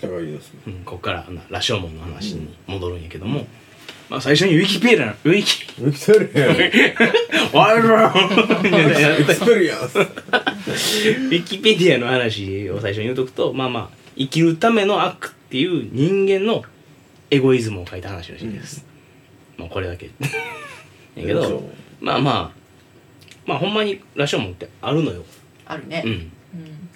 それはいいですねうん、ここからあの羅生門の話に戻るんやけども、まあ、最初にウィキペディアウィキウィキペディワイルドウ アエクスペリエンスィキペディアの話を最初に言うとくとまあまあ生きるための悪っていう人間のエゴイズムを書いた話らしいです、まあこれ だけやけそどうまあまあまあほんまに羅生門ってあるのよあるねう。んうん。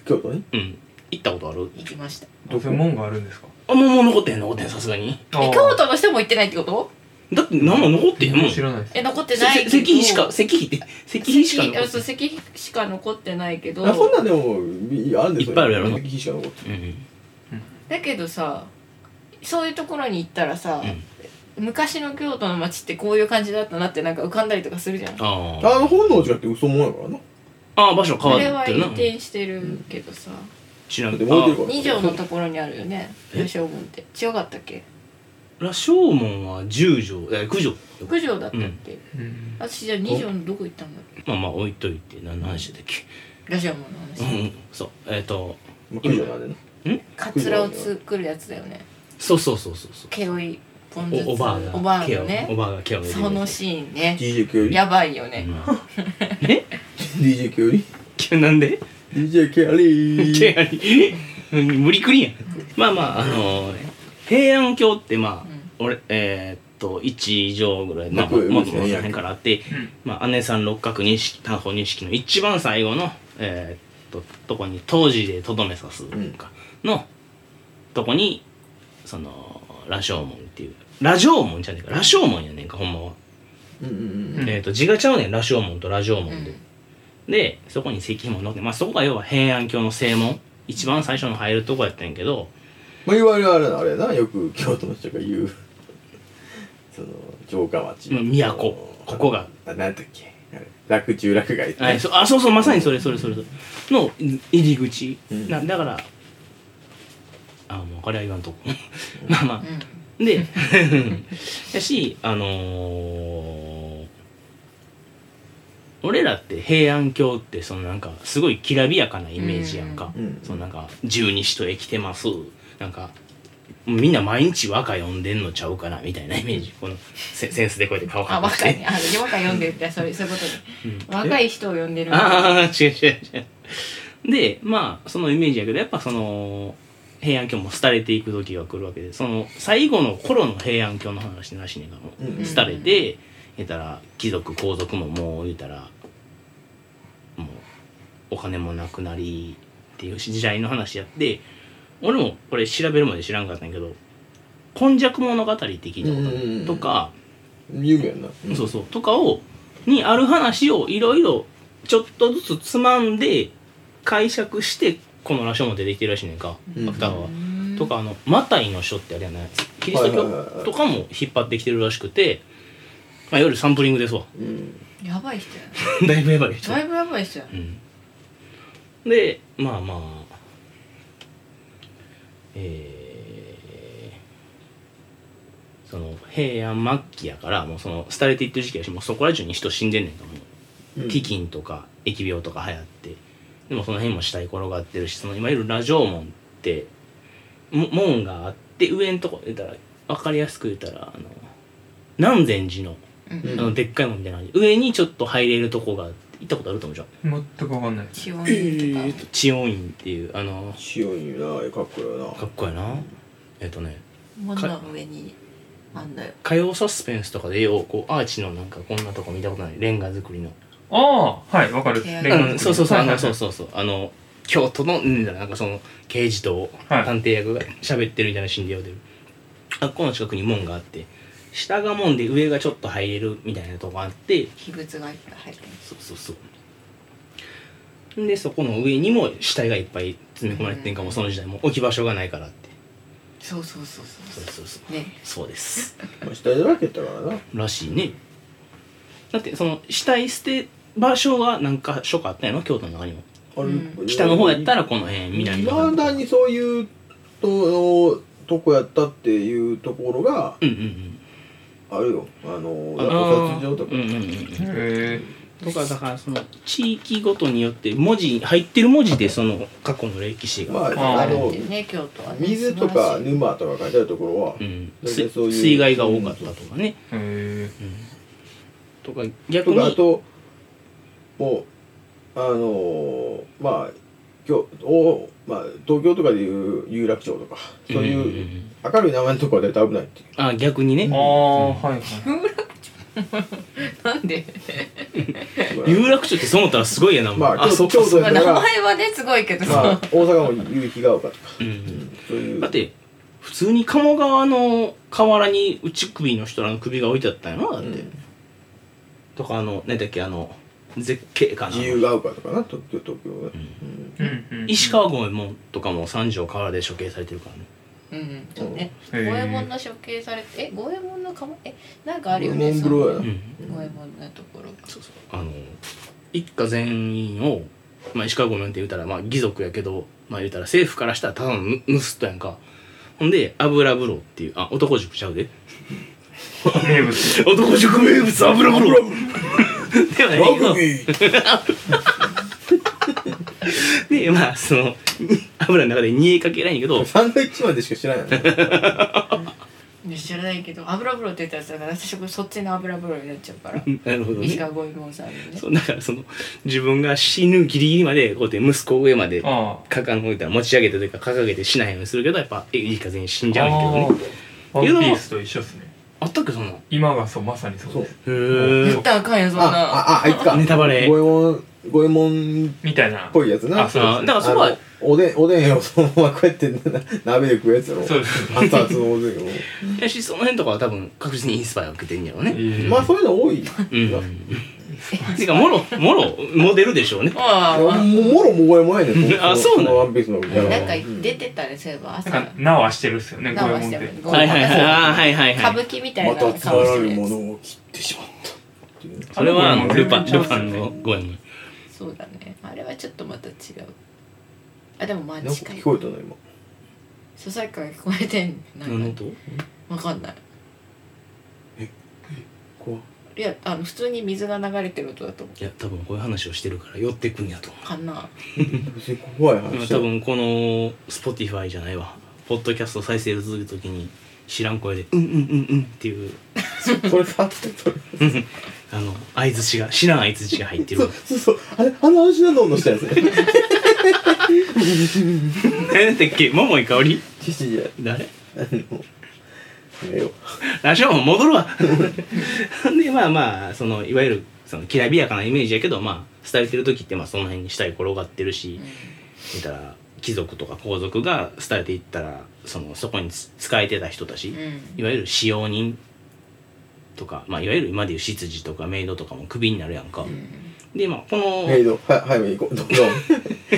京都にうん行ったことある行きました。どこそういう門があるんですかあもうもう残ってへん残ってへんさすがにあえ、ー京都の人も行ってないってことだって何も残ってへんもん知らないですえ、残ってせないせ石碑しか石碑って石碑しか石残あってそう石碑しか残ってないけどあそんなんでもいあるんですいっぱいあるやろ遺跡しか残ってへんうんだけどさそういうところに行ったらさ、昔の京都の街ってこういう感じだったなってなんか浮かんだりとかするじゃんあああのー本能寺だって嘘もんやからなあー場所変れわっはてる移な転してるけどさ、知らんだっけてど燃えあてるから二条のところにあるよねえ羅生門って違かったっけ羅生門は10条え9条九条だったっけ、うん私じゃあ二条のどこ行ったんだっまあまあ置いといて何の話だっけけ羅生門のう話んそうえっ、とまあ九条なんでなカツラを作るやつだよねそうそうそうそうそうケオイポン酢おおばあがおばあケアのをおねばあがケアを入れてそのシーンね DJ ケよりやばいよね、うんえ DJ ケより急なんで DJ ケよりケアにうん無理くりやんまあまああのー平安京ってまあ、俺えーっと1条ぐらいの僕まあ僕その辺からあって、まあ、姉さん六角錦単方錦の一番最後のえーっととこに当時でとどめさすかの、とこにその羅生門っていう羅生門じゃねえか羅生門やねんかほんまは、うんうんうんえーっと字がちゃうねん羅生門と羅生門うで、んでそこに石碑も載ってまあそこが要は平安京の正門一番最初の入るとこやったんやけどまあいわゆるあれなあれなよく京都の人が言うその城下町まあ都ここがあなんだっけあれ洛中洛外ってねはい、そあそうそうまさにそれそれそれそれの入り口、うんなだからあもうこれは言わんとこ まあまあ でやしあのー俺らって平安京ってそのなんかすごいきらびやかなイメージやんか、うんそのなんか十二使徒へ来てますなんかみんな毎日和歌読んでんのちゃうかなみたいなイメージこのセセンスでこうやって顔あ隠し若いてねあの和歌読んでるってそういうそういうことね、若い人を呼んでるああ違う違う違うでまあそのイメージやけどやっぱその平安京も廃れていく時が来るわけでその最後の頃の平安京の話らしいねんかもうんうん廃れて言ったら貴族皇族ももう言ったらもうお金もなくなりっていう時代の話やって俺もこれ調べるまで知らんかったんやけど「今昔物語」って聞いたことあうんうんうるんとか、有名やんなうんそうそうとかをにある話をいろいろちょっとずつつまんで解釈してこの羅生門出てきてるらしいねんかうん芥川は。うんとかあの「マタイの書」ってあれやねキリストはいはいはいは教いとかも引っ張ってきてるらしくて、まあ、いわゆるサンプリングですわ うんやばい人やだいぶやばい人だいぶやばい人やうん、でまあまあえーその平安末期やからもうその廃れていってる時期やしもうそこら中に人死んでんねんかもううん飢饉とか疫病とか流行ってでもその辺も死体転がってるしそのいわゆる羅城門っても門があって上のとこ言ったら分かりやすく言ったらあの南禅寺のうんあのでっかい門みたいな感じ上にちょっと入れるとこがあって行ったことあると思うじゃん全くわかんないです気温とか、千音院っていうあの強いよなええかっこいいよなかっこいいなえっ、とね門の上にあんだよ火曜サスペンスとかでようこうアーチのなんかこんなとこ見たことないレンガ造りのああはいわかる部屋レレンガンうガん、そうそうそう、あはいの、はいそうそうそう、あの、京都の、うんなんかその、刑事とはい探偵役が喋ってるみたいなシーンで読んでる。あ、この近くに門があって、下が門で上がちょっと入れるみたいなとこあって、秘仏がいっぱい入ってるそうそうそう。で、そこの上にも死体がいっぱい詰め込まれてんかも、その時代も置き場所がないからって。そうそうそうそそううそそうそう。うねそうです。まあ死体だらけやったからならしいねだってその死体捨て場所がなんか所かあったんやろ京都の中にもあれうん北の方やったらこの辺南いの方まだにそういうととこやったっていうところがうんうんうんあるよあのあ殺人場とかうんうんうんへえとかだからその地域ごとによって文字入ってる文字でその過去の歴史が、まああーああるっのていうね京都はね水と素晴からしい沼とか書いてあるところはうん、大体水そういう水害が多かったとかね、えとか逆とにかあともうあのーまあ今日お、まあ、東京とかでいう有楽町とかそううんうんういうん明るい名前のとこは大体危ないっていうあ逆にねああはいはいなんで 有楽町ってそう思ったらすごいやなもうまあ京そう都か京都まやあった名ら、ま前はねすごいけどさ、あ、大阪も有機が丘とか、ううんん、そういうだって普通に鴨川の河原に内首の人らの首が置いてあったよなだっうて、んとかあの何だっけあの絶景かな自由が丘とかな東京東京は、うんうんうん石川五右衛門とかも三条河原で処刑されてるからねうんそうね五へー右衛門の処刑されてえ五右衛門のかもえなんかあるよ五ね右衛門風呂やなそうのん五右衛門のところそうそうあの一家全員を、まあ、石川五右衛門って言うたら、まあ、義族やけど、まあ、言うたら政府からしたらただのぬ盗人やんかほんで油風呂っていうあ男塾ちゃうで名物男塾名物油風呂 ではないけどラグビーでまあその油の中で煮えかけないんやけどサンドイッチマンでしか知らんやん、いや知らないけど油風呂って言ったらさ私そっちの油風呂になっちゃうからなるほど石ね川五右衛門さんのねそうだからその自分が死ぬギリギリまでこうやって息子を上まであかかのたら持ち上げてというか掲げてしないようにするけどやっぱいい風に死んじゃうんやけどねあーワンピースと一緒っすねあったっけそんなんへ今がそうまさにそうですえ言ったらあかんよそんなあああいつかネタバレ五右衛門五右衛門っみたいなぽいやつなあそうですねだからそこはあのおでんおでんをそのままこうやってな鍋で食うやつやろそうですね熱々のおでんをやしその辺とかは多分確実にインスパイアを受けてんやろうねええまあそういうの多ういんてかもろもろモデルでしょうねあもあもろもごえもやねんあそうななんのワンピースのキャラはなんか出てたねそういえばな朝んか縄してるっすよね五なんか右し衛門てでるはいはいはいあーはいはい歌は舞い伎みたいまな顔たしてつまらるぬやつものを切ってしまったっていうそれはああののルパンルパンルのご縁そうだねあれはちょっとまた違うあでもまあなんか近い聞こえたの今ささやかが聞こえてんな何のんか音わかんない怖っいやあの普通に水が流れてる音だと思いや多分こういう話をしてるから寄ってくんやと思うかな別に怖いう今話多分この Spotify じゃないわポッドキャスト再生するときに知らん声で「うんうんうんうん」っていうそれさそれあの相づちが知らん相づちが入ってるそうそうそうあれあの話なののしたやつね何だったっけ桃井かおり七時や誰あのやめようラジオも戻るわでまあまあそのいわゆるそのきらびやかなイメージやけどまあ廃れてる時ってまあその辺に死体転がってるし見たら貴族とか皇族が廃れていったらそのそこに仕えてた人たうちん、うんいわゆる使用人とか、まあ、いわゆる今でいう執事とかメイドとかもクビになるやんか、でまあこの、メイドは早めに行こうどんどん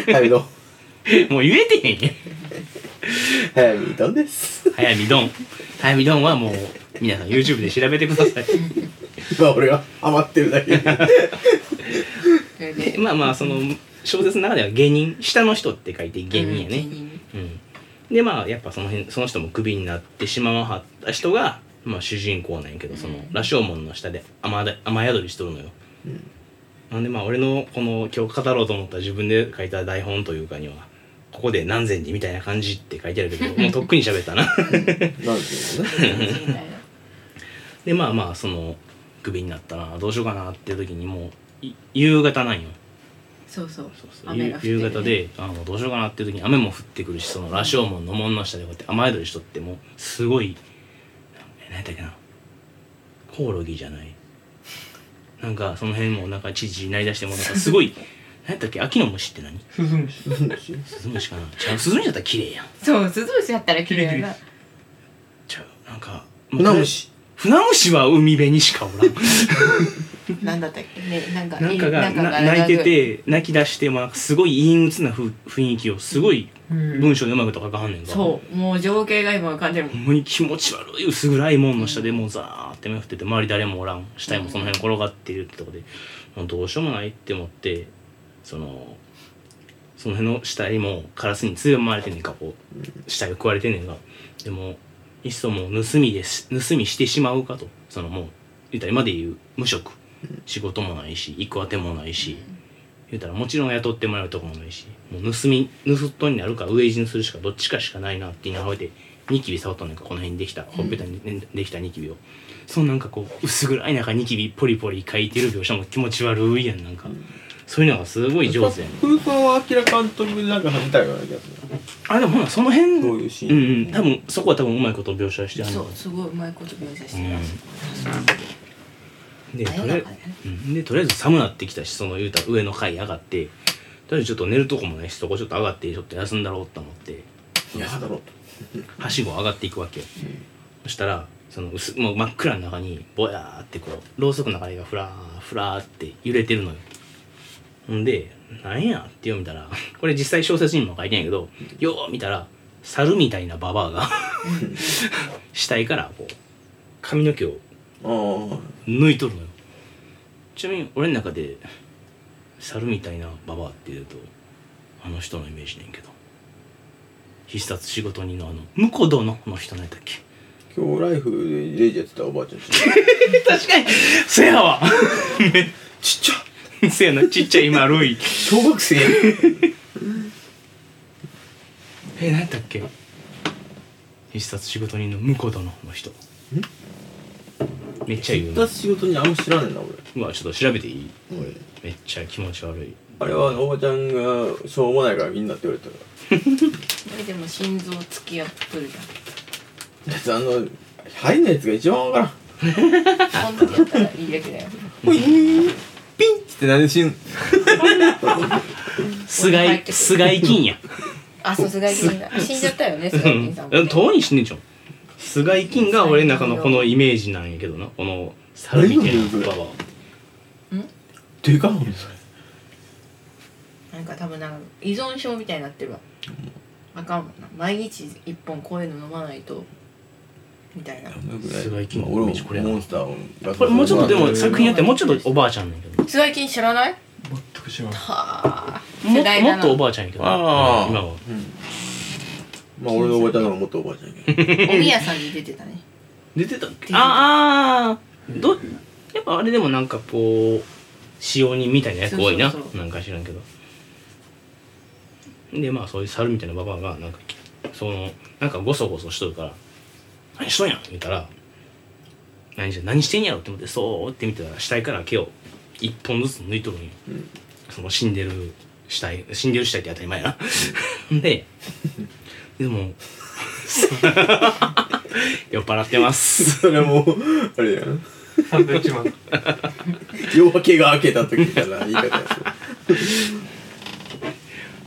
早めの もう言えてへんやん早めどんです早見どん早見どんはもう皆さん YouTube で調べてください今俺が余ってるだけそれででまあまあその小説の中では芸人下の人って書いて芸人やうねん、芸人うん、でまあやっぱその辺その人もクビになってしまわはった人が、まあ、主人公なんやけどその羅生門の下で雨だ雨宿りしとるのよ、なんでまあ俺のこの今日語ろうと思った自分で書いた台本というかにはここで何千人みたいな感じって書いてあるけ どもうとっくに喋ったななんていうのねみたいなでまあまあそのクビになったなどうしようかなっていう時にもうい夕方なんよそうそうそうそう雨が降って、ね、夕方であのどうしようかなっていう時に雨も降ってくるしその羅生門の門の下でこうやって雨宿りしとってもうすごいえ何だっけなコオロギじゃないなんかその辺もなんかちじになりだしてもなんかすごい 何やったっけ秋の虫って何進むしスズムシかなちゃうスズムシだったら綺麗やんそう鈴虫やったら綺麗やなちゃうなんか船虫船虫は海辺にしかお らんなんだったっけねなんかなんかがいいなんな泣いてて泣き出してまあすごい陰鬱なふ雰囲気をすごい文章でうまくとかかはんねんかそうもう情景が今浮かんでるもほんんまに気持ち悪い薄暗い門の下でもうザーって目降ってて周り誰もおらん死体もその辺に転がってるってとこでもうどうしようもないって思ってそのその辺の死体もカラスに強まれてんねんかこう死体を食われてんねんがでもいっそもう盗みです盗みしてしまうかとそのもう言ったら今で言う無職仕事もないし行くあてもないし、言うたらもちろん雇ってもらうとこもないしもう盗み盗っ人になるか飢え死にするしかどっちかしかないなって言いながらでニキビ触っとんねんかこの辺にできたほっぺたにできたニキビを、そのなんかこう薄暗い中ニキビポリポリ書いてる描写も気持ち悪いやんなんか、そういうのがすごい上手やん空間は明ら監督なんか始めたような気がするあでもほなその辺どういうシうーン、んうん多分そこは多分うまいこと描写してあるそのうすごいうまいこと描写してます、で真と夜りあえ中やねずうんでとりあえず寒なってきたしその言うたら上の階上がってとりあえずちょっと寝るとこもないしそこちょっと上がってちょっと休んだろうと思っていやだろうとはしご上がっていくわけよ、そしたらその薄もう真っ暗の中にぼやーってこうろうそくの明かりがふらーふらーって揺れてるのよほんでなんやって読んだらこれ実際小説にも書いてないけどよう見たら猿みたいなババアが 死体からこう髪の毛をああ抜いとるのよちなみに俺の中で猿みたいなババアっていうとあの人のイメージねんけど必殺仕事人のあの婿殿の人なんだっけ今日ライフでレジやってたおばあちゃんち確かにせやわちっちゃ せやなちっちゃい丸い小学生やん え何だっけ必殺仕事人の婿殿の人めっちゃ有出名す仕事にあんま知らねえな俺うわちょっと調べていい俺めっちゃ気持ち悪いあれはおばちゃんがしょうもないからみんなって言われたかえでも心臓突き合っとるじらだってあの入んないやつが一番わからんゃんこん時やったらいいだけだよほいピンってなんで死ぬ菅井菅井金や あそう菅井君だ死んじゃったよね菅井君さんも、うん、遠に死ねんじゃん菅井金が俺の中のこのイメージなんやけどなこの猿みたいなババアでかいもんそれなんか多分なんか依存症みたいになってるわあかんもんな毎日一本こういうの飲まないとみたいな菅井金まのイあメ俺ージこれやもなモンスターをこれもうちょっとでも作品やってももうちょっとおばあちゃんなんやけど菅井君知らない全く知らないはあも世代だもっなとおばあちゃんやけどなああ今はまあ俺のおばちゃんならもっとおばあちゃんやけど おみやさんに出てたね出てたっけああーどやっぱあれでもなんかこう使用人みたいな役多いなそうそうそうなんか知らんけどでまあそういう猿みたいなババアがなんかそのなんかゴソゴソしとるから「何しとんやん」言ったら「何し何してんやろ」って思ってそうって見てたら死体から毛を一本ずつ抜いとるんよ、うんその死んでる死体死んでる死体って当たり前や なででも酔っ払ってますそれもうあれやんサンドイ ッチマン夜明けが明けた時みたいな言い方やつ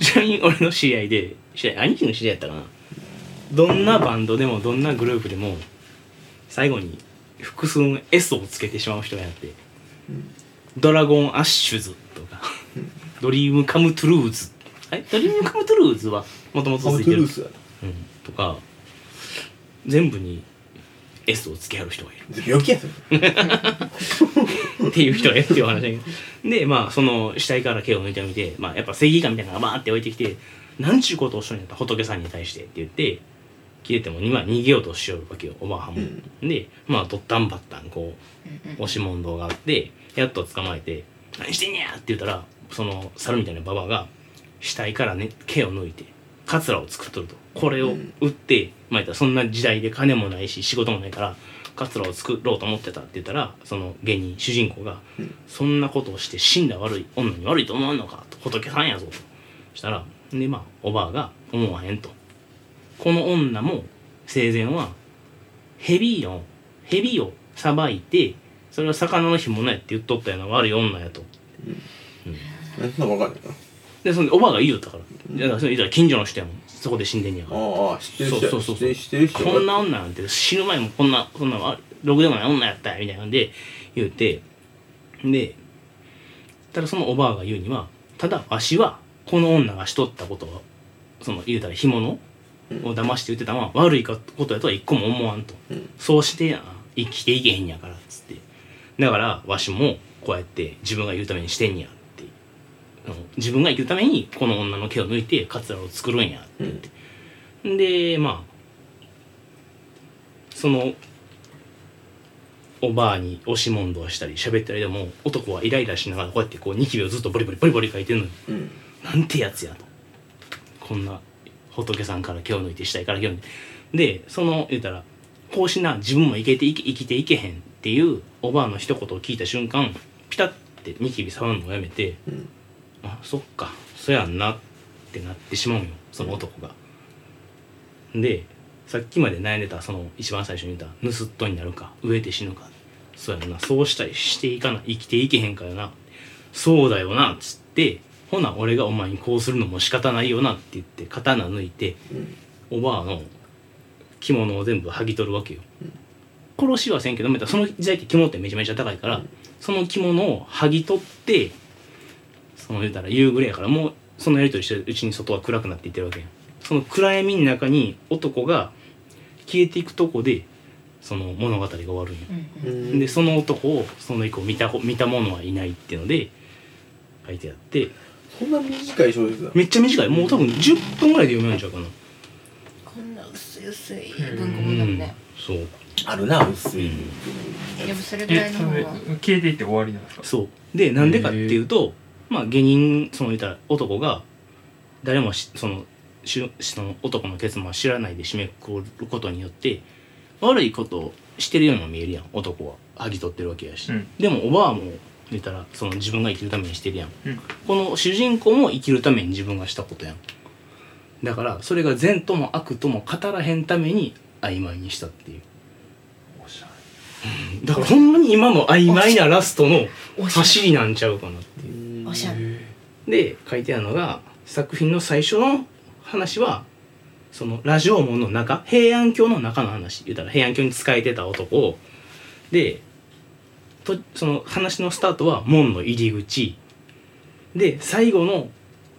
ちなみに俺の知り合いで知り合い兄貴の知り合いやったかなどんなバンドでもどんなグループでも最後に複数の S をつけてしまう人がやって、ドラゴンアッシュズとか、ドリームカムトゥルーズあれドリームカムトゥルーズはもともとつハムいトてゥルるー、スやなうん、とか全部に S をつけはる人がいる病気やそれっていう人がやってる話だけどでまあその死体から毛を抜いてみて、まあ、やっぱ正義感みたいなのがバーって置いてきてなんちゅうことをしとんやった仏さんに対してって言って切れても今逃げようとしよるわけよおばあはんも、でまあどったんばったんこう押し問答があってやっと捕まえて「何してんねや!」って言ったらその猿みたいなババアが死体からね毛を抜いてカツラを作っとるとこれを売って、まあ言ったらそんな時代で金もないし仕事もないからカツラを作ろうと思ってたって言ったらその芸人主人公が、そんなことをして死んだ悪い女に悪いと思わんのかと仏さんやぞとしたらでまあおばあが「思わへん」と。この女も生前はヘビをヘビをさばいてそれは魚の干物やって言っとったような悪い女やと何そんなの分かんないなでそのおばあが言いよったからだからそれ言うたら近所の人やもんそこで死んでんねやからああ知ってる人やそうそうそう知ってる知ってる人こんな女なんて死ぬ前もこんなそんなあろくでもない女やったみたいなんで言うてでただそのおばあが言うにはただわしはこの女がしとったことをその言うたら干物を騙して言ってたのは悪いことやとは一個も思わんと、うんそうしてや生きていけへんやからっつってだからわしもこうやって自分が言うためにしてんやってあの自分が生きるためにこの女の毛を抜いてカツラを作るんやって言って、でまあそのおばあに押し問答したり喋ったりでも男はイライラしながらこうやってこうニキビをずっとボリボリボリボリ書いてるのにうんなんてやつやとこんな仏さんから今日抜いて死体から今日抜いてでその言ったらこうしな自分も生きていけ生きていけへんっていうおばあの一言を聞いた瞬間ピタッてニキビ触るのをやめてうんあそっかそやんなってなってしまうんよその男が。でさっきまで悩んでたその一番最初に言った「盗っ人になるか飢えて死ぬか」そうやんなそうしたりしていかな生きていけへんからなそうだよなっつってほな俺がお前にこうするのも仕方ないよなって言って刀抜いてうんおばあの着物を全部剥ぎ取るわけよ、殺しはせんけどまたその時代って着物ってめちゃめちゃ高いから、その着物を剥ぎ取ってその言うたら夕暮れやからもうそのやり取りしてるうちに外は暗くなっていってるわけやんその暗闇の中に男が消えていくとこでその物語が終わるんよ、うんううんんでその男をその以降見た見た者はいないっていうので書いてあってそんな短い小説だめっちゃ短いもう多分10分ぐらいで読めるんちゃうかなこんな薄い薄い文庫もだもんねそうあるな薄いやっぱそれぐらえいのそ方れが消えていって終わりなんですかそうでなんでかっていうとまあ下人その言ったら男が誰もしそのしゅその男の結末を知らないで締めくくることによって悪いことをしてるようにも見えるやん男は剥ぎ取ってるわけやし、うんでもおばあも言ったらその自分が生きるためにしてるやんうんこの主人公も生きるために自分がしたことやんだからそれが善とも悪とも語らへんために曖昧にしたっていうおしゃれ だからほんまに今の曖昧なラストの走りなんちゃうかなっていうおしゃれえで書いてあるのが作品の最初の話はそのラジオ網の中平安京の中の話言うたら平安京に仕えてた男をでとその話のスタートは門の入り口で最後の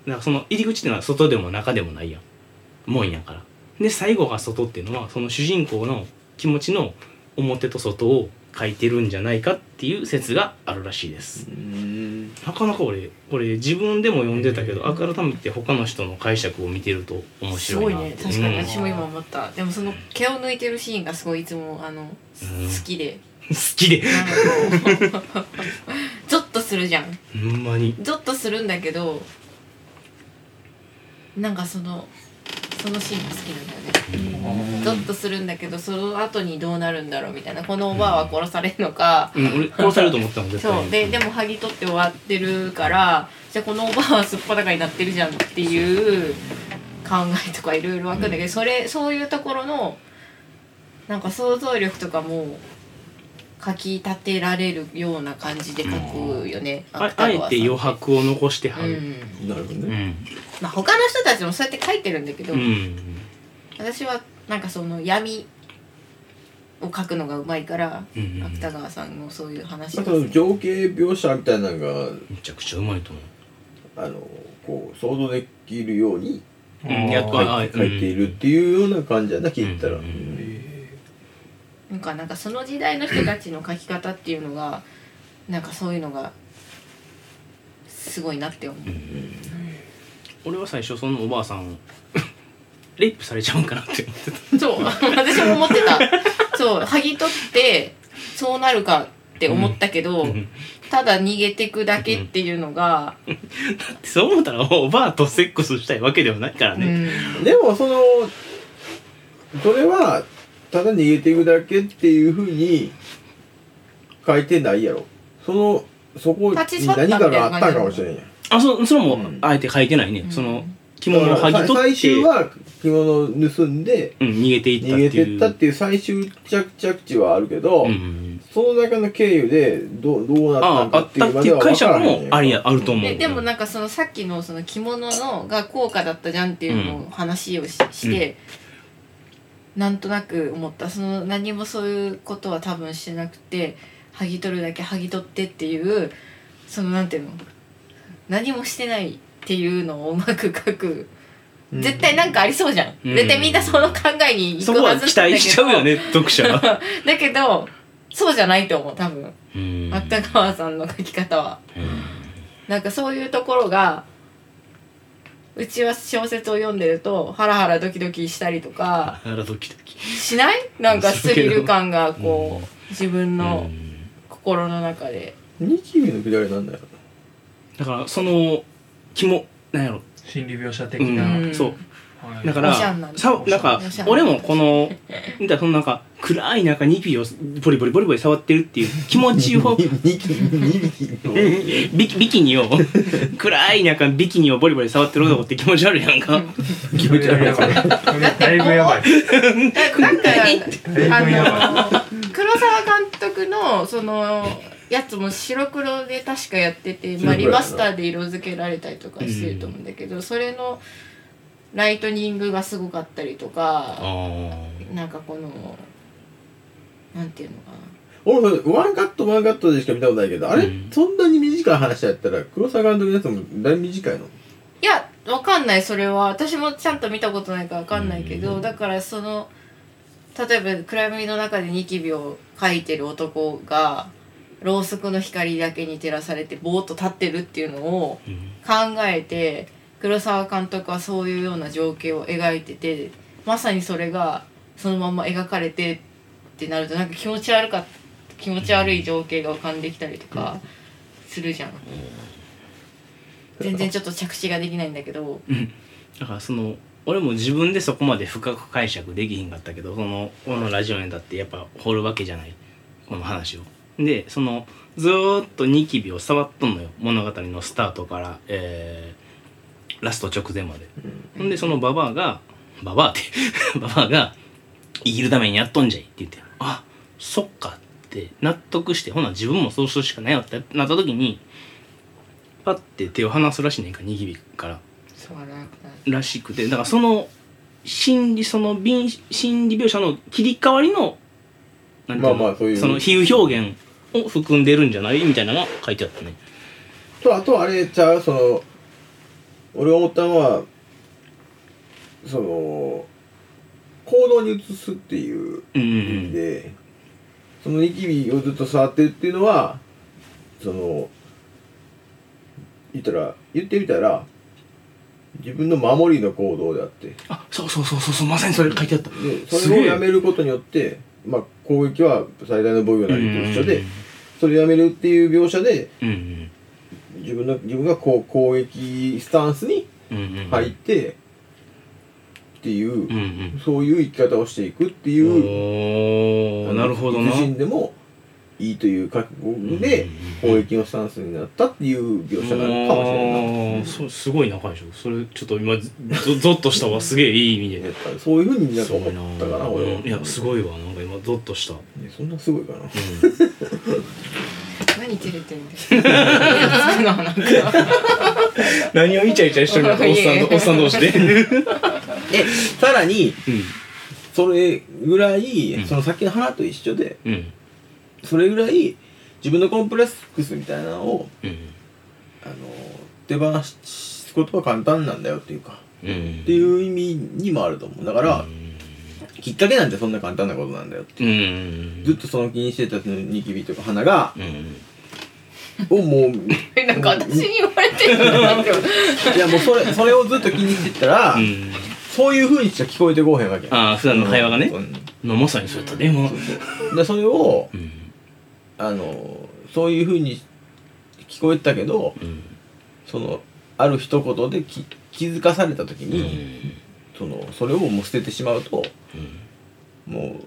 なんかその入り口っていうのは外でも中でもないやん門やからで最後が外っていうのはその主人公の気持ちの表と外を書いてるんじゃないかっていう説があるらしいですうんなかなか俺これ自分でも読んでたけど改めて他の人の解釈を見てると面す白ごいいなっねて確かにうん私も今思ったでもその毛を抜いてるシーンがすごいいつもあの好きで好きでなんかこう ゾッとするじゃんほんまにゾッとするんだけどなんかそのそのシーンが好きなんだよねーゾッとするんだけどその後にどうなるんだろうみたいなこのおばあは殺されるのか、うん俺殺されると思ったもん絶対そうにででも剥ぎ取って終わってるからじゃあこのおばあはすっぱだかになってるじゃんっていう考えとかいろいろ湧くんだけど、それそういうところのなんか想像力とかもかき立てられるような感じで書くよね、あ芥あえ川さんて余白を残してはうるんなるほどうねんまあ、他の人たちもそうやって書いてるんだけど、うん私はなんかその闇を書くのがうまいから、うんうん芥川さんのそういう話ながんかその情景描写みたいなのがめちゃくちゃうまいと思うあのこう想像できるようにうんあーやっぱあ書いて書いているっていうような感じやな聞いたら、うんえなんかなんかその時代の人たちの書き方っていうのがなんかそういうのがすごいなって思う、俺は最初そのおばあさん レイプされちゃうんかなって思ってたそう 私も思ってたそう剥ぎ取ってそうなるかって思ったけど、うんただ逃げてくだけっていうのが、だってそう思ったらおばあとセックスしたいわけではないからうんねでもそのそれはただ逃げていくだけっていうふうに書いてないやろそのそこに立ち去ったみた何いなか感じがあったんかもしれんやんあそそれもうんあえて書いてないねうんその着物を剥ぎ取ってだから最終は着物を盗んでうん逃げていった逃っていげうてったっていう最終着着地はあるけど、うんうんうんその中の経由でどうどうなったあんあかあっっていたうっまてでいうは分解か釈らへもんありやあると思うででもなんかそのさっきのその着物のが高価だったじゃんっていうのを話をし,、て、なんとなく思ったその何もそういうことは多分してなくて剥ぎ取るだけ剥ぎ取ってっていうそのなんていうの何もしてないっていうのをうまく書くうん絶対なんかありそうじゃん、うん絶対みんなその考えに行そくこははず期なんだけど待しちゃうよね読者は だけどそうじゃないと思う多分うん芥川さんの書き方は。なんかそういうところがうちは小説を読んでるとハラハラドキドキしたりとあからドキドキ しないなんかスリル感がこう自分うのん心の中で、日米のくだりなんだよだからその気もなんやろ、心理描写的うな、んうんそうはいだからおしゃんなんださなんかおしゃん俺もこの見たらそのなんか暗い中ニピをボリボリボリボリ触ってるっていう気持ち を2匹2匹のビキビキニを暗い中ビキニをボリボリ触ってる男って気持ち悪いやんか気持ち悪いやつそれだいぶやばい なんかだいぶやばいあの 黒沢監督のそのやつも白黒で確かやってて、まあ、リマスターで色付けられたりとかしてると思うんだけど、それのライトニングがすごかったりとかなんかこのなんていうのかな俺ワンカットワンカットでしか見たことないけどあれ、うんそんなに短い話やったら黒沢監督のやつもだいぶ短いのいやわかんないそれは私もちゃんと見たことないからわかんないけど、だからその例えば暗闇の中でニキビを描いてる男がろうそくの光だけに照らされてぼーっと立ってるっていうのを考えて黒沢監督はそういうような情景を描いててまさにそれがそのまま描かれてってなるとなんか気持ち悪か気持ち悪い情景が浮かんできたりとかするじゃん。全然ちょっと着地ができないんだけど、だからその俺も自分でそこまで深く解釈できひんかったけどそのこのラジオにだってやっぱ掘るわけじゃないこの話を。でそのずーっとニキビを触っとんのよ物語のスタートから、えーラスト直前まで。ほんでそのババアがババアって ババアが「生きるためにやっとんじゃい」って言って「あそっか」って納得してほな自分もそうするしかないよってなった時にパッて手を離すらしいねんかニキビから。そうなくなるらしくてだからその心理その敏心理描写の切り替わりのなんていうのまあまあそういうその比喩表現を含んでるんじゃないみたいなのが書いてあったね。とあとあれちゃうその俺が思ったのはその行動に移すっていううんう意味んで、そのニキビをずっと触ってるっていうのはその言ったら言ってみたら自分の守りの行動であってあそうそうそうそうそうまさにそれ書いてあった。ですそげれえをやめることによって、まあ、攻撃は最大の防御なりと一緒で、うんそれをやめるっていう描写でうん自分の自分がこう攻撃スタンスにうんうんうん入って、っていう、うんうんそういう生き方をしていくっおていう、ーなるほどな。自身でもいいという覚悟でうん攻撃のスタンスになったっていう描写なのかもしれないな。あーそうすごいな解釈それちょっと今ゾゾッとしたわすげえいい意味やっで。ぱり そういうふうになんすかごい思なったかな俺はうんいやすごいわなんか今ゾッとした。うんいやそんなすごいかな何照れてんだよなんか何をイチャイチャしとるのかおっさんとおっさん同士で。えさらにうそれぐらい、うんそのさっきの花と一緒でんうんそれぐらい自分のコンプレックスみたいなのをうんあの手放すことは簡単なんだよっていうかうんっていう意味にもあると思うだから、うんきっかけなんてそんな簡単なことなんだよって、うんずっとその気にしてたそのニキビとか花がうんをもう なんか私に言われてるなんかいやもうそれそれをずっと気にしてたら、うんそういうふうにしか聞こえてこうへんわけああ普段の会話がねうんのまさにそうやったでもでそれをうんあのそういうふうに聞こえてたけどうんそのある一言でき気づかされた時うんに、そのそれをもう捨ててしまうともう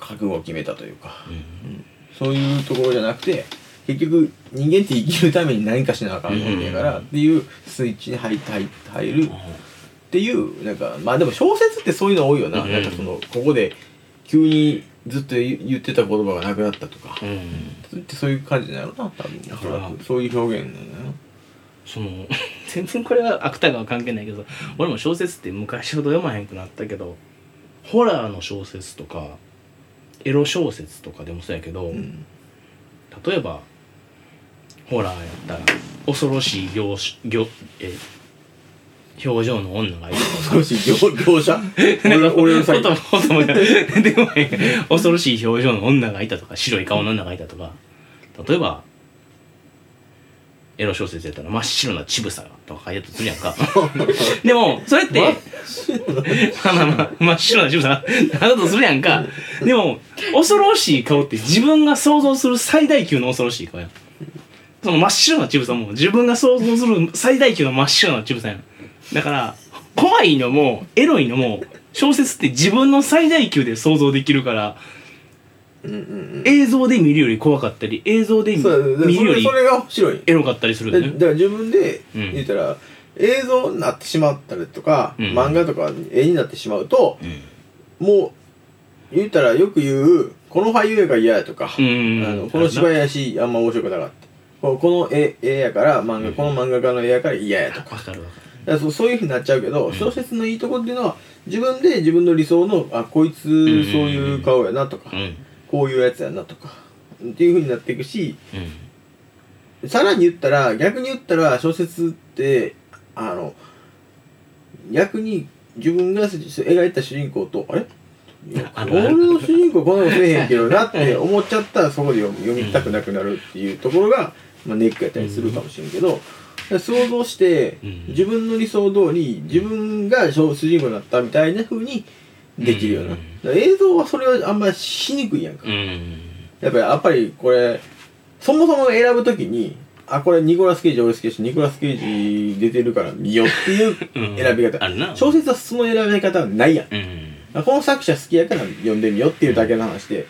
覚悟を決めたというかうんそういうところじゃなくて結局人間って生きるために何かしなあかんわけやから、うんっていうスイッチに入って入って入るっていうなんかまあでも小説ってそういうの多いよな,、うんなんかそのここで急にずっと言言ってた言葉がなくなったとか、うんそれってそういう感じなのな多分おそらくそういう表現なんだよな。その全然これは芥川は関係ないけど俺も小説って昔ほど読まへんくなったけどホラーの小説とかエロ小説とかでもそうやけど、うん例えばホラーやったら恐ろしい描写描え表情の女がいる恐ろしい業 業者俺俺のサイ言葉言葉が 出てこへん恐ろしい表情の女がいたとか白い顔の女がいたとか例えばえエロ小説やったら真っ白な乳房とか書いてたとするやんかでもそれってまあまあまあ真っ白な乳房なだとするやんかでも恐ろしい顔って自分が想像する最大級の恐ろしい顔やんその真っ白な乳房も自分が想像する最大級の真っ白な乳房やんだから怖いのもエロいのも小説って自分の最大級で想像できるからうんうん映像で見るより怖かったり映像でうん見そうだねそるよれりそれが面白いエロかったりするだよだねから自分でうん言ったら、映像になってしまったりとか、うん漫画とか絵になってしまうとう、んもう言ったらよく言うこの俳優やから嫌やとか、うんあのこの芝居やしあんま面白くなかったここの絵絵やから漫画、この漫画家の絵やから嫌やとかわかるわかだからそうそういうふうになっちゃうけど、小説のいいとこっていうのは自分で自分の理想のあこいつそういう顔やなとか、るうんこういうやつやなとかっていうふうになっていくしうんさらに言ったら逆に言ったら小説ってあの逆に自分が描いた主人公とあれあるあ俺るの主人公こんなのせえへんけどなって思っちゃったらそこで読み読みたくなくなるっていうところが、まあ、ネックやったりするかもしれんけど、想像してうん自分の理想通り自分が主人公になったみたいな風にできるような、うんだから映像はそれはあんまりしにくいやんか、うんやっぱりやっぱりこれそもそも選ぶときにあこれニコラス・ケイジ俺好きだしニコラス・ケイジ出てるから見ようっていううん選び方、あるな小説はその選び方はないやんうんあこの作者好きやから読んでみようっていうだけの話で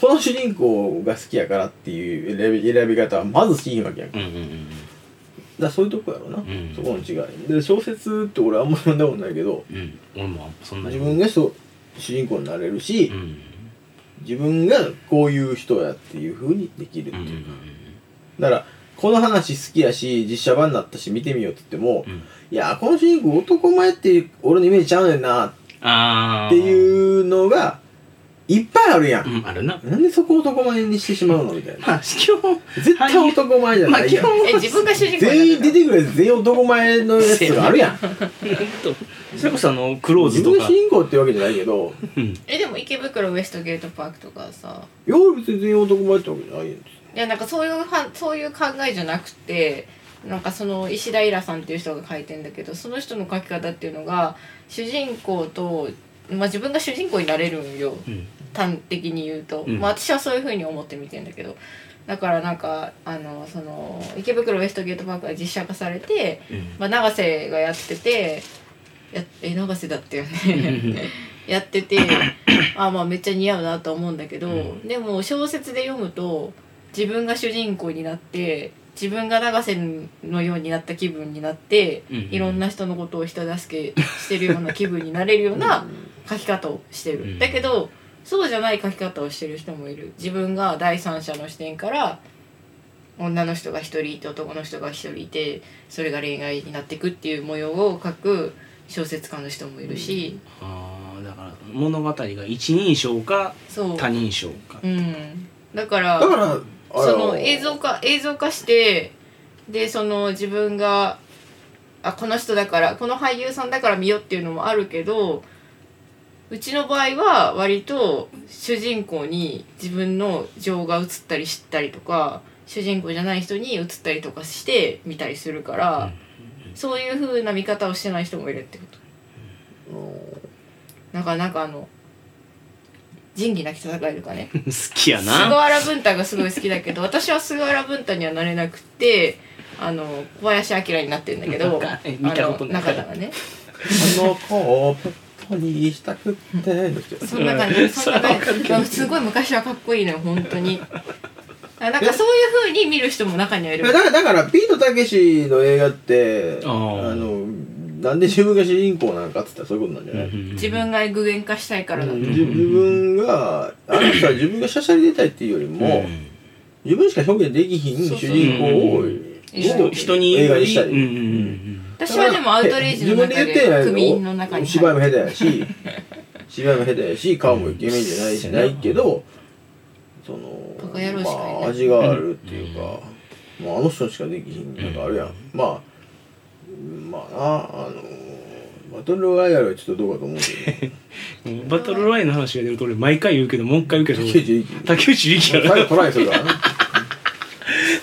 この主人公が好きやからっていう選び選び方はまずしいわけやんかうんうんだからそういうとこやろな、んそこの違いで小説って俺あんま読んだことないけどうんうん俺もそんなに自分がそう主人公になれるし、うん自分がこういう人やっていうふうにできるってうんうんいうか、だからこの話好きやし実写版になったし見てみようって言っても、うんいやこの主人公男前って俺のイメージちゃうねんなっああていうのがいっぱいあるやんう、んあるななんでそこを男前にしてしまうのみたいな。まあ基本絶対男前じゃまなあい基やん。本え自分が主人公全員出ててくれ全員男前のやつがあるやん。それこそあのクロー自ズ分とがか主人公ってわけじゃないけど、うんえでも池袋ウエストゲートパークとかさいや別に全員男前ってわけじゃないやん。いやなんかそういうはそういう考えじゃなくてなんかその石田イラさんっていう人が書いてんだけどその人の書き方っていうのが主人公と、まあ、自分が主人公になれるんようん端的に言うと、うんまあ、私はそういうふうに思って見てんだけどだからなんかあのその池袋ウエストゲートパークが実写化されて、うんまあ、永瀬がやっててやえ永瀬だったよ ね。 やっ ててあまあめっちゃ似合うなと思うんだけど、うんでも小説で読むと自分が主人公になって自分が永瀬のようになった気分になって、うんうんいろんな人のことを人助けしてるような気分になれるような書き方をしてる、うんだけどそうじゃない書き方をしてる人もいる自分が第三者の視点から女の人が一人いて男の人が一人いてそれが恋愛になっていくっていう模様を書く小説家の人もいるし、ああだから物語が一人称かそう他人称かうん、だからだから、あれその映像化映像化してでその自分があこの人だからこの俳優さんだから見ようっていうのもあるけどうちの場合は割と主人公に自分の情が映ったり知ったりとか主人公じゃない人に映ったりとかして見たりするから、そういう風な見方をしてない人もいるってこと。なんかなんかあの仁義なき戦いとかね好きや菅な原文太がすごい好きだけど私は菅原文太にはなれなくてあの小林明になってるんだけどなんかえあ見たことのない中田がねあの子をペットにしたくっての人。そんな感じそんなそれは感わかるけじどうんすごい昔はかっこいいのよ本当にあなんかそういう風に見る人も中にはいいるやだから、だから、ピートたけしの映画って、ああーの、なんで自分が主人公なんかって言ったらそういうことなんじゃない、自自分が具現化したいからだと自自分があの人は自分がしゃしゃり出たいっていうよりも、自分しか表現できひんそうそう主人公を、うん人人に映画にしたり、うんうんうん私はでもアウトレイジの中自分言ってでない区民の中に芝居入もる下手やし 芝居も下手やし顔もイケメンじゃないし、うんないけどそのバカ野郎しかいないまあ、味があるっていうか、まあ、あの人しかできひんなんかあるやん、まあまあなあのバトルロワイヤルはちょっとどうかと思うけどうんバトルラインの話が出ると俺毎回言うけどもう一回言 うけ竹ど内力竹内力やろ最後トライするからね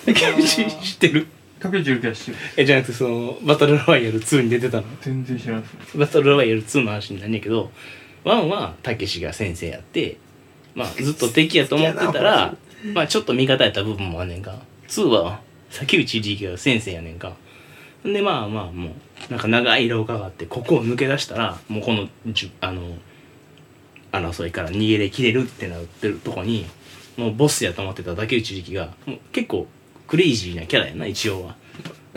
竹内知ってる竹内力也してるえじゃなくてそのバトルロワイヤル2に出てたの全然知らないですね バトルロワイヤル2の話になんねんけど1はたけしが先生やって、まあ、ずっと敵やと思ってたら、まあ、ちょっと味方やった部分もあんねんか2は竹内力が先生やねんかんでまあまあもうなんか長い廊下があってここを抜け出したらもうこのじゅあの争いから逃げれきれるってなってるとこにもうボスやと思ってた竹内力がもう結構クレイジーなキャラやな一応は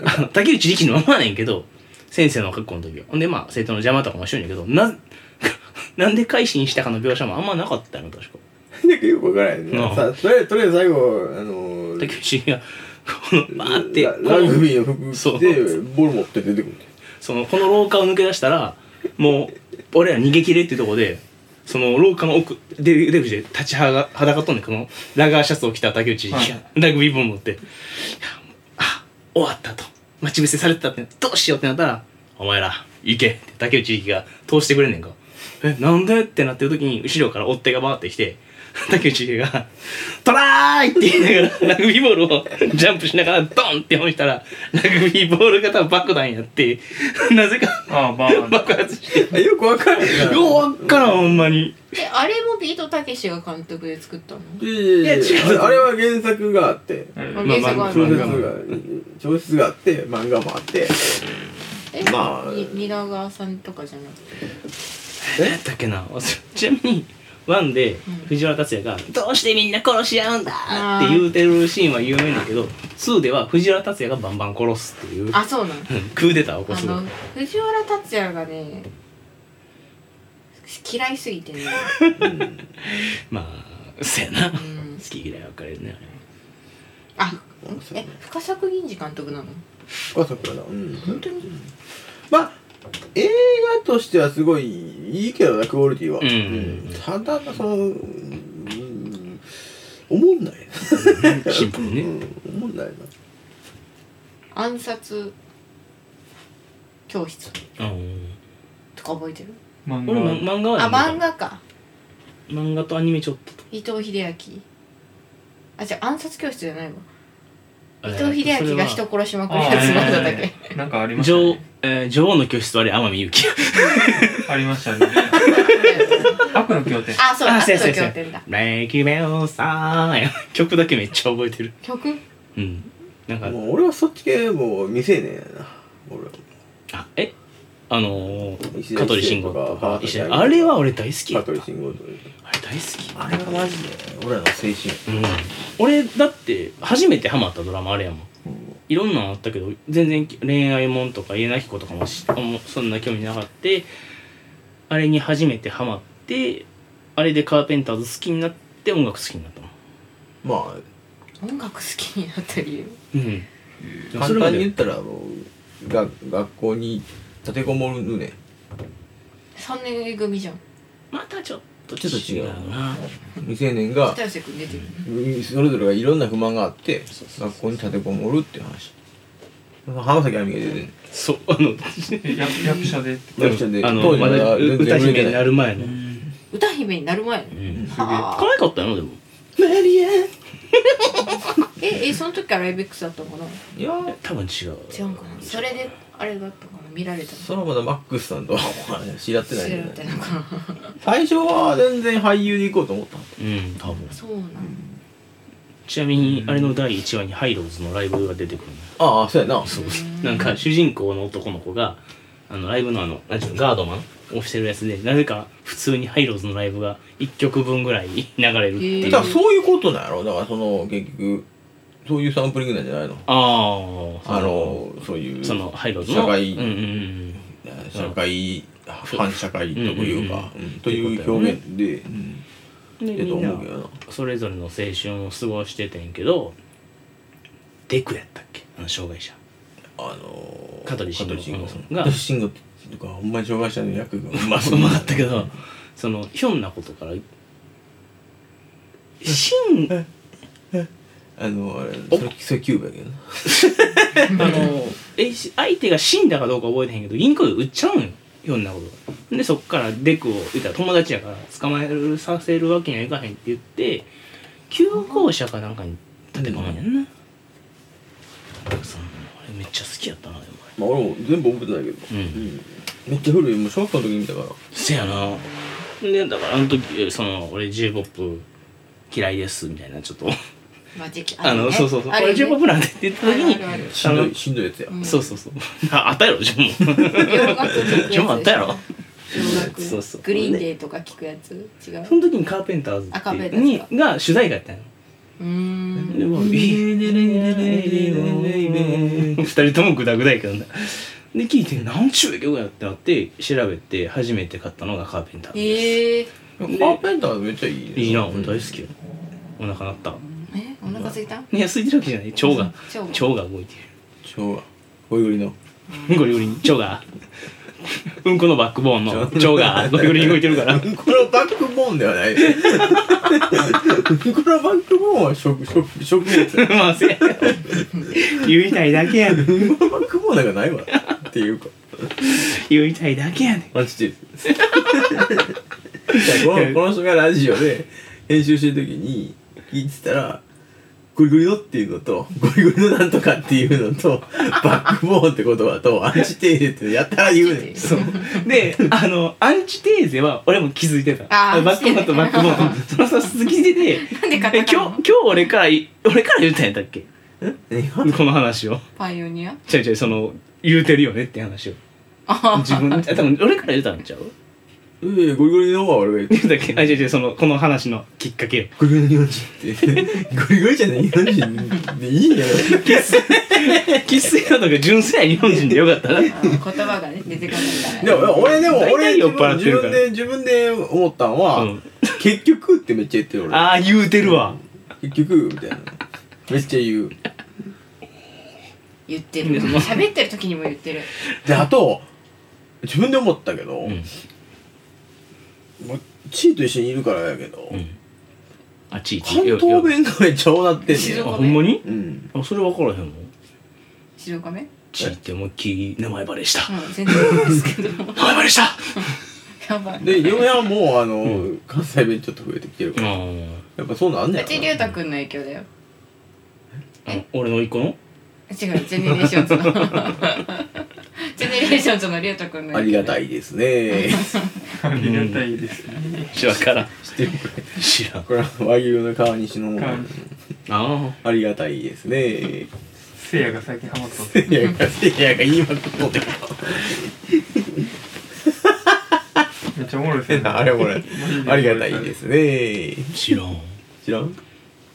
あの竹内力のままやねんけど先生の格好の時はほんでまあ生徒の邪魔とかもしてるんやけどな なんで改心したかの描写もあんまなかったの確かなんかよくわからないねうんさあとりあえずとりあえず最後あの竹内力がこのバーってララグビーのそ服う着てボール持って出てくるんだよそのこの廊下を抜け出したらもう俺ら逃げ切れっていうとこでその廊下の奥出出口で立ちはが裸とんねんこのラガーシャツを着た竹内が、はいラグビーボール持っていやもうあ終わったと待ち伏せされてたってどうしようってなったら「お前ら行け」って竹内力が通してくれんねんか「えなんで?」ってなってる時に後ろから追っ手がバーってきて竹内力が「トライ!」って言いながらラグビーボールをジャンプしながらドンって押したらラグビーボール型爆弾やって なぜかああまあ爆発してあ よくわからないなようわっからんほんまにえあれもビートたけしが監督で作ったのいやいやいやいや違うあれは原作があってうん原作まああまる小漫説がの画も小説があって漫画もあってえまあに蜷川さんとかじゃなくて何やったっけな忘れちなみにワンで藤原竜也が「どうしてみんな殺し合うんだ!」って言うてるシーンは有名だけど2では藤原竜也がバンバン殺すっていうあそうなのうん クーデターを起こあすの藤原竜也がね嫌いすぎてね、まあそうやな、ん好き嫌い分かれるねあえ深作銀次監督なの深作だうん本当にまあ映画としてはすごいいいけどなクオリティは、うんうただその、うん、思んなあい れはシンプルな、うにねん、思んないな暗殺教室うんとか覚えてる漫俺ま画漫画はあ読んだ漫画か漫画とアニメちょっと伊藤英明あじゃ暗殺教室じゃないわあ伊れ藤英明がそ人れは殺しまくるやつなんだったっけけなんかありました女王ねえー女王の教室はあれ天海祐希ありましたね悪の経 典あそうだああそそやううそうや教典だ「Make me o さー 曲だけめっちゃ覚えてる曲うんなんかもう俺はそっち系もう未成年やな俺はあえあのー、石田香取慎吾とか石石田田あれは俺大好きや香ったあ取れ慎吾と大好あれはマジで俺らの青春き、うん、俺だって初めてハマったドラマあれやもんいろんなのあったけど全然恋愛もんとか家なき子とかもしもうそんな興味なかってあれに初めてハマってあれでカーペンターズ好きになって音楽好きになったもんまあ音楽好きになった理由うんそれま簡単に言でったらもうが学校に立てこもるね3年組じゃんまたちょっとちょっと違違ううな未成年が北寄君出てるうんそれぞれがいろんな不満があって学校に立てこもるっていう話浜崎あゆみが出てるそうあのえ役役者で役者であ当の時ままだだ全歌然売れ姫にてなないる前の、歌姫になる前うん、は可愛かったのでもマリアあええその時から ABEX だったのかないや多分違う違うんかなそれであれだったかな見られたそのまだマックスさんとは知り合ってのない知んじゃなられていなのかな最初は全然俳優で行こうと思ったうん多分そうなんちなみにあれの第1話にハイローズのライブが出てくるのよああそうやなそうなんか主人公の男の子があのライブのあのなんていうのガードマンをしてるやつでなぜか普通にハイローズのライブが1曲分ぐらい流れるっていう、へだえからそういうことなんやろだからその結局そういうサンプリングなんじゃないのあああのそういうそのハイローズの社会うんうんうん社会反社会というか、うんうんという表現で、うんでえとみんな思うけどなそれぞれの青春を過ごしててんけどデクやったっけあの障害者あの香取慎吾さんが香取慎吾とかほんまに障害者の役がうまうまかったけどそのひょんなことからしんああのあれおそれそれキューブやけどなのえし相手が死んだかどうか覚えてへんけど銀行で売っちゃうんよひょんなことでそっからデクを言ったら友達やから捕まえるさせるわけにはいかへんって言って救護車かなんかに立てこもんやんなそんなあちゃ好きやったなでもまあ俺も全部覚えてないけど、うんめっちゃ古いもう小学校の時に見たからせやなでだからあの時その俺 j p o p 嫌いですみたいなちょっとまあ時期あの、そうそうそうあ俺る j よ p o ね p なんてって言った時あるあるにしんどいしんどいやつや、うんそうそうそうああったやろ自分 も洋楽聞く自分もあやっつたやろそう洋そう楽グリーンデーとか聞くやつ違うその時にカーペンターズあカーペンってターズにかが主題歌やったんようーんでもう「 二人ともグダグダやけどねで聞いて「なんちゅう曲や」ってなって調べて初めて買ったのがカーペンターズですええでカーペンターめっちゃいいねいいなう俺ん大好きよお腹鳴ったえお腹空いたいや空いてるわけじゃない腸が腸が腸が動いて昭和ゴリゴリのるゴリゴリに腸がうんこのバックボーンの腸がゴリゴリに動いてるからこのバックボーンではないこのバックボーンは食食食物やまあせや言いたいだけやねんこのバックボーンなんかないわっていうか言いたいだけやねんマジで このこの人がラジオで編集してる時に聞いてたらゴリゴリのっていうのとゴリゴリのなんとかっていうのと バックボーンって言葉とアンチテーゼってやったら言うねんそうであのアンチテーゼは俺も気づいてたあーバックボーンとバックボーンそのさ続きででなんでカえタカ今日ナ今日俺からい俺から言ったんやったっけ何がこの話をパイオニアちょいちょいその言うてるよねって 話をあ自分あ多分俺から言ったんちゃういやいやゴリゴリのは俺 が言って言うたっけあ違う違うそのこの話のきっかけよゴリゴリの日本人って ゴリゴリじゃない日本人でいいんやろ生粋なのが純粋な日本人でよかったなあ言葉がね出てこないかでらも俺でも大俺体酔っ払って自る分からで自分で思ったんは、うん結局ってめっちゃ言ってる俺ああ言うてるわ結局みたいなめっちゃ言う言ってる喋ってる時にも言ってるであと自分で思ったけど、うんもうチーと一緒にいるからやけど、うんあちいち関東弁がめっちゃおなってんね静あん岡ほんまにうんあそれ分からへんの白亀うんちいって思いっきり名前バレした全然です け名ど前バレしたやばいで嫁はもうあの、うん関西弁ちょっと増えてきてるから、あやっぱそうなんねうち龍や太くんの影響だよあ俺の一個の違うジェネレーションズの ジェネレーションズの龍太くんのなありがたいいですねありがたいですね。知らんからん知ってるこれ知らんあこれは和牛の川西のもの川西あありがたいですねせいやが最近ハマったんですいやがせいやが言いまくっとってめっちゃおもろいです変ね。なあれこれありがたいですね知らん知らん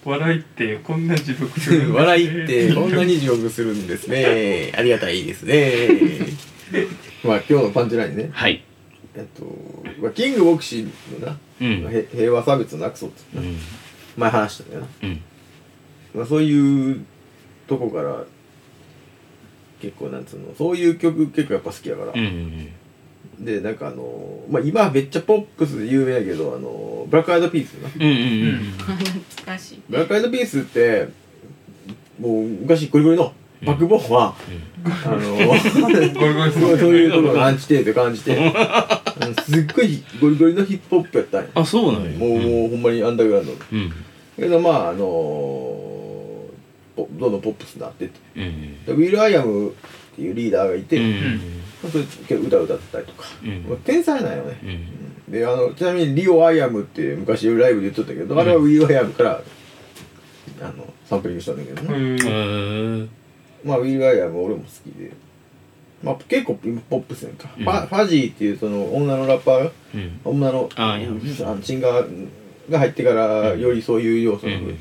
笑いってこんな地獄するんですね笑いってこんなに地獄するんですねありがたいで すねまあ今日のパンチラインねはいえっと、まあ、キングボクシングのな、うんまあへ平和差別をなくそうってうん前話したんだよな、うんまあ、そういうとこから結構なんつうのそういう曲結構やっぱ好きやからう、んでなんかあのーまあ今はめっちゃポップスで有名やけどあのーブラックアイドピースなうんうんうん懐かしいブラックアイドピースってもう昔ゴリゴリのバックボーンは、あの ーゴリゴリそういうところのアンチテーゼ感じてあのすっごいゴリゴリのヒップホップやったんやあそうなんやもうもうほんまにアンダーグラウンドだうんけどまああのーポどんどんポップスになってってうんうんでウィル・アイアムっていうリーダーがいて、うんまあそれ結構歌歌ったりとか、うんまあ天才なんよねう、んであのちなみにリオ・アイアムって昔ライブで言っとったけど、あれはウィル・アイアムからあのサンプリングしたんだけどね、うんへーまあウィル・アイアム俺も好きで、まあ、結構今ポップスやんか、うんファファジーっていうその女のラッパーうん女のあいやあのシンガーが入ってからよりそういう要素が増えて、うん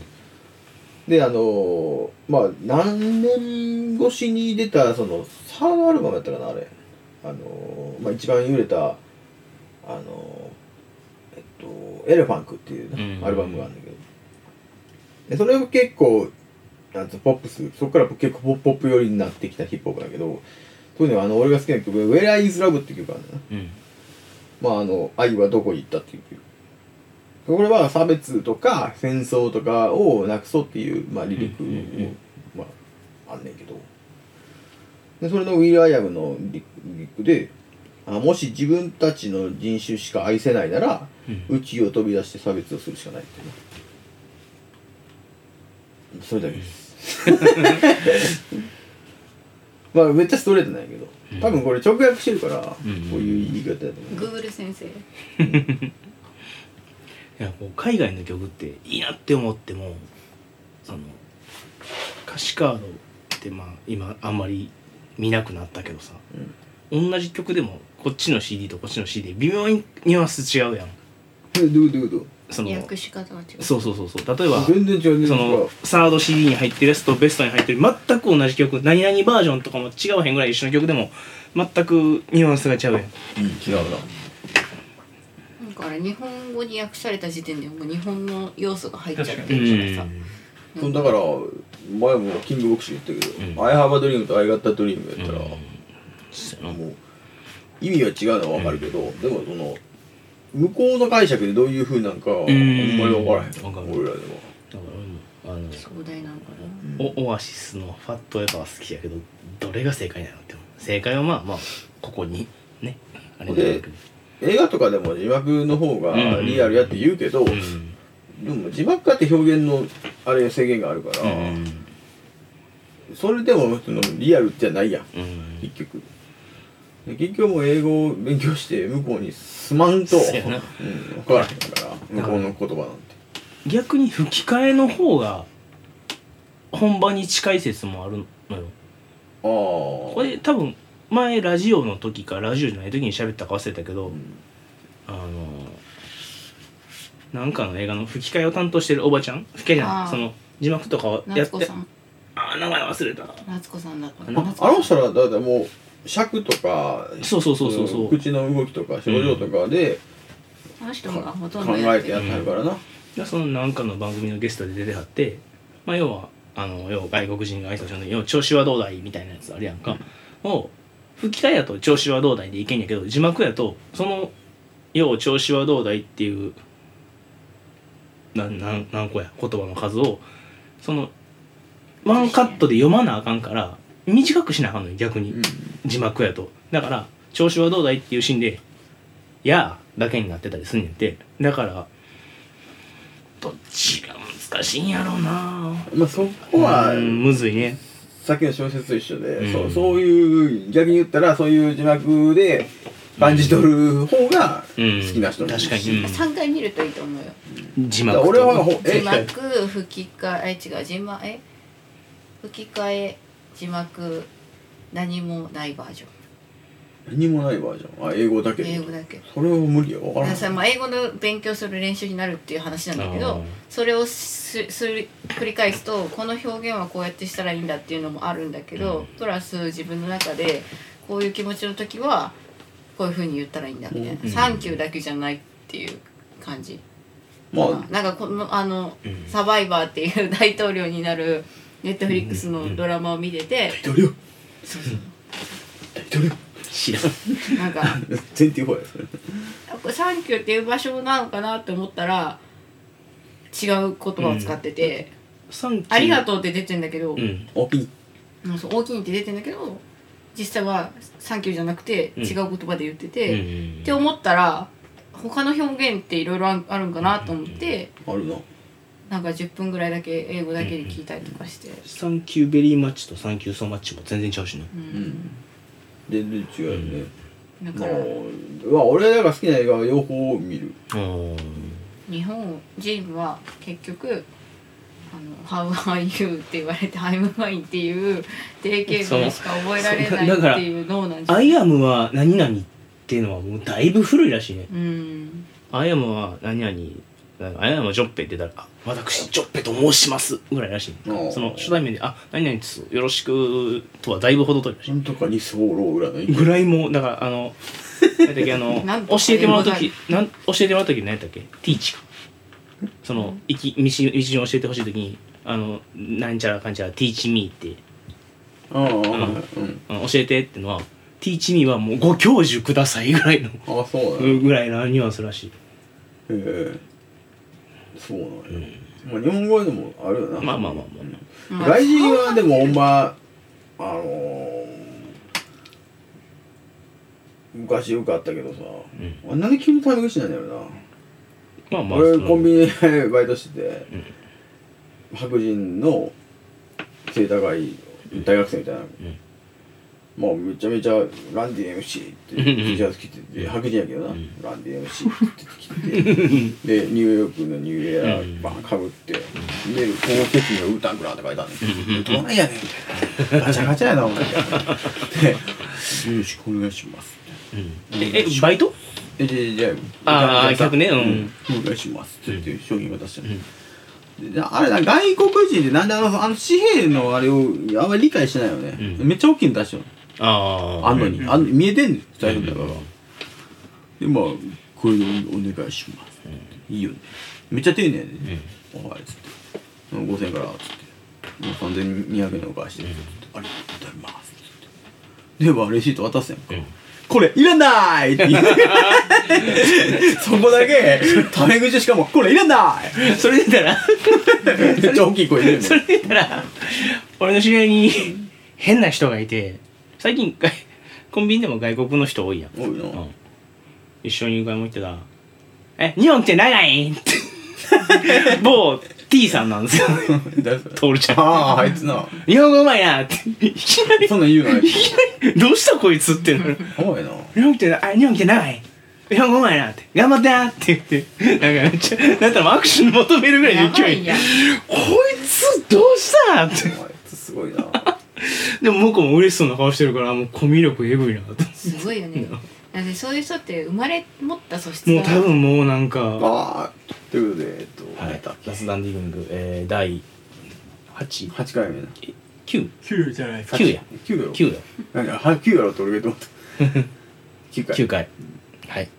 であのまあ何年越しに出たそのサードアルバムやったかなあれあのまあ一番売れたあのえっと「エレファンク」っていうねうんアルバムがあるんだけど、でそれを結構なんつうポップスそこから結構ポップポップ寄りになってきたヒップホップだけど特にあの俺が好きな曲「Where Is Love」っていう曲があるうんだよなんまああの愛はどこに行ったっていうこれは差別とか戦争とかをなくそうっていう、まあ、リリックうんうんうんも、まあ、あんねんけどでそれのウィル・アイアムのリリックであもし自分たちの人種しか愛せないならうん宇宙を飛び出して差別をするしかないっ ていうねそれだけですまあめっちゃストレートなんやけどうん多分これ直訳してるから、んこういう言い方やと思う、グーグル先生いやこう海外の曲っていいなって思ってもその歌詞カードってまあ今あんまり見なくなったけどさ、同じ曲でもこっちの CD とこっちの CD 微妙にニュアンス違うやんえどういうどういうこその訳し方が違うそうそうそうそう例えばと全然違う全そ然違のうサード CD に入ってるやつとベストに入ってる全く同じ曲何々バージョンとかも違うへんぐらい一緒の曲でも全くニュアンスが違うやんうん違うななんかあれ日本語に訳された時点でもう日本の要素が入っちゃってるからさうそうだから前もキングボクシー言ったけど「うん I have a dream」と「I got a dream」やったら、そうやなもう意味は違うのは分かるけど、でもその向こうの解釈でどういうふうなんかあんまり分からへんわかる俺らでもだから俺もあの壮大なのかなおオアシスの「ファットエバー」好きやけどどれが正解なのって思う正解はまあまあここにねあれだけど映画とかでも字幕の方がリアルやって言うけど、うんでも字幕家って表現のあれ制限があるから、うんそれでもそのリアルじゃないやんうん結局で結局もう英語を勉強して向こうにすまんと、そうやなうん、分からへんから向こうの言葉なんて逆に吹き替えの方が本番に近い説もあるのよああこれ多分前ラジオの時かラジオじゃない時に喋ったか忘れたけど、んあのなんかの映画の吹き替えを担当してるおばちゃん吹き替えじゃなあいーその字幕とかをやっ夏子てさんああ名前忘れた夏子さんだったあのああの人らだってもう尺とかそうそうそうそうそう口の動きとか症状とかであの人かがほとん考どやえっててるやってはるからな、でそのなんかの番組のゲストで出てはって、まあ、要はあの要は外国人が挨拶するのに要は「調子はどうだい?」みたいなやつあるやんか、を吹き替えやと「調子はどうだい?」でいけんやけど字幕やとその「要は調子はどうだい?」っていうなんなん何個や言葉の数をそのワンカットで読まなあかんから短くしなあかんのよ逆に。うん字幕やとだから「調子はどうだい?」っていうシーンで「やあ」だけになってたりすんねんてだからどっちが難しいんやろうなまあ、そこはうんむずいねさっきの小説と一緒で、うんそうそういう逆に言ったらそういう字幕で感じ取る方がう好んきな人もいるし、確かに、 3回見るといいと思うようん、字だか幕らと俺はほ字え幕吹き替え違う字幕え吹き替え字幕何もないバージョン何もないバージョンあ英語だけ英語だけそれは無理よ分からだかんらそれも英語の勉強する練習になるっていう話なんだけあどーそれをすする繰り返すとこの表現はこうやってしたらいいんだっていうのもあるんだけど、うんプラス自分の中でこういう気持ちの時はこういうふうに言ったらいいんだみたいな「うんサンキュー」だけじゃないっていう感じ。まあ、なんかこのあの、うんサバイバーっていう大統領になるネットフリックスのドラマを見てて、大統領そうそう大統領知らんなんか全然違うやそれこれサンキューっていう場所なのかなって思ったら違う言葉を使っててサンキュ「ーありがとう」って出てんだけど、うん大きいもうそう大きいって出てんだけど実際は「サンキュー」じゃなくてうん違う言葉で言ってうて、んって思ったら他の表現っていろいろあるんかなと思って、あるななんか10分ぐらいだけ英語だけで聞いたりとかして。サンキューベリーマッチとサンキューソーマッチも全然ちゃうしねうん全然違うよね、だかまあら、まあ、俺だから好きな映画は両方見るうん日本人は結局「あの How are you?」って言われて「I'm fine」っていう定型文しか覚えられないそうだからっていう脳なん「じゃアないイアムは何々」っていうのはもうだいぶ古いらしいねうんアヤマは何々なんかアヤマジョッペって言ったらあ「私ジョッペと申します」ぐらいらしいあーその初対面で「あ何々ですよろしく」とはだいぶ程遠いらしなんとかに候占いいぐらいもだからあの何やったっけあの なん教とえてもらう英時なん教えてもらう時何やったっけティーチかその行き道道順を教えてほしい時に「あのなんちゃらかんちゃらティーチミー」ってああ、うん、あの教えてってのは「ティーチミー」はもうご教授くださいぐらいのああそうだね、ぐらいのニュアンスらしいへえそうなのよ、まあ、日本語でもあるよなまあまあまあまあまあ外人はでもほんまあのー、昔よくあったけどさ、あんなに急にタイミングしないんだよなまあまあ俺そのコンビニでバイトしてて、白人の背高い大学生みたいな、んまあめちゃめちゃランディ MC っうてんうん T シャツ着てて白人やけどな、うんランディ MC って着ててでニューヨークのニューエラーバンかぶってで高血のウータングラーって書いてあるねんどないやねんみたいなガチャガチャやなお 前でよろしくお願いしますうんええバイトででであー客ねうんお願いしますって言って商品渡したのでであれだ外国人ってなんであのあの紙幣のあれをあんまり理解してないよね、うんめっちゃ大きいの出してるのあああんのに、あん見えてんねん大丈夫だから、うんでまあこれでお願いします、いいよねめっちゃ丁寧やね、はいっつって5000円からっつってもう3200円のお返しで、ありがとうございますっつってでまあレシート渡すやんか、うんこれいらないって 言うそこだけタメ口しかもこれいらな いそれ出たらめっちゃ大きい声で言うねんそれ出たら俺の知り合いに変な人がいて最近 外コンビニでも外国の人多いやん多いなうん一緒に買い物行ってたら「え日本って長い?」って 某 T さんなんですよ 誰それ徹ちゃんあああいつな日本語うまいなっていきなりそんなん言うなあいつどうしたこいつってなるおいな日本ってあ日本って長い日本語うまいなって頑張ってなって言ってなんかめっちゃなんたら握手に求めるぐらいのやば勢いいやんこいつどうしたってあいつすごいなでも向こうも嬉しそうな顔してるからもうコミュ力えぐいなとすごいよねだってそういう人って生まれ持った素質もう多が分もうなんかあーということでえっと、はいたラスダンディング、えー、第89 8回目な9じゃない9や9やろ9やなんかは9やろって俺が言うと 思った9回9回はいありがとう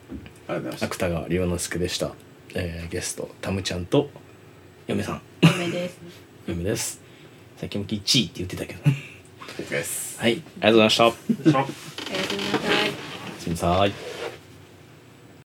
ございました芥川龍之介でした、えー、ゲストタムちゃんと嫁さんダメです嫁ですさっきもき1位って言ってた けど OK ですはいありがとうございましたおそうやすみなさいすみません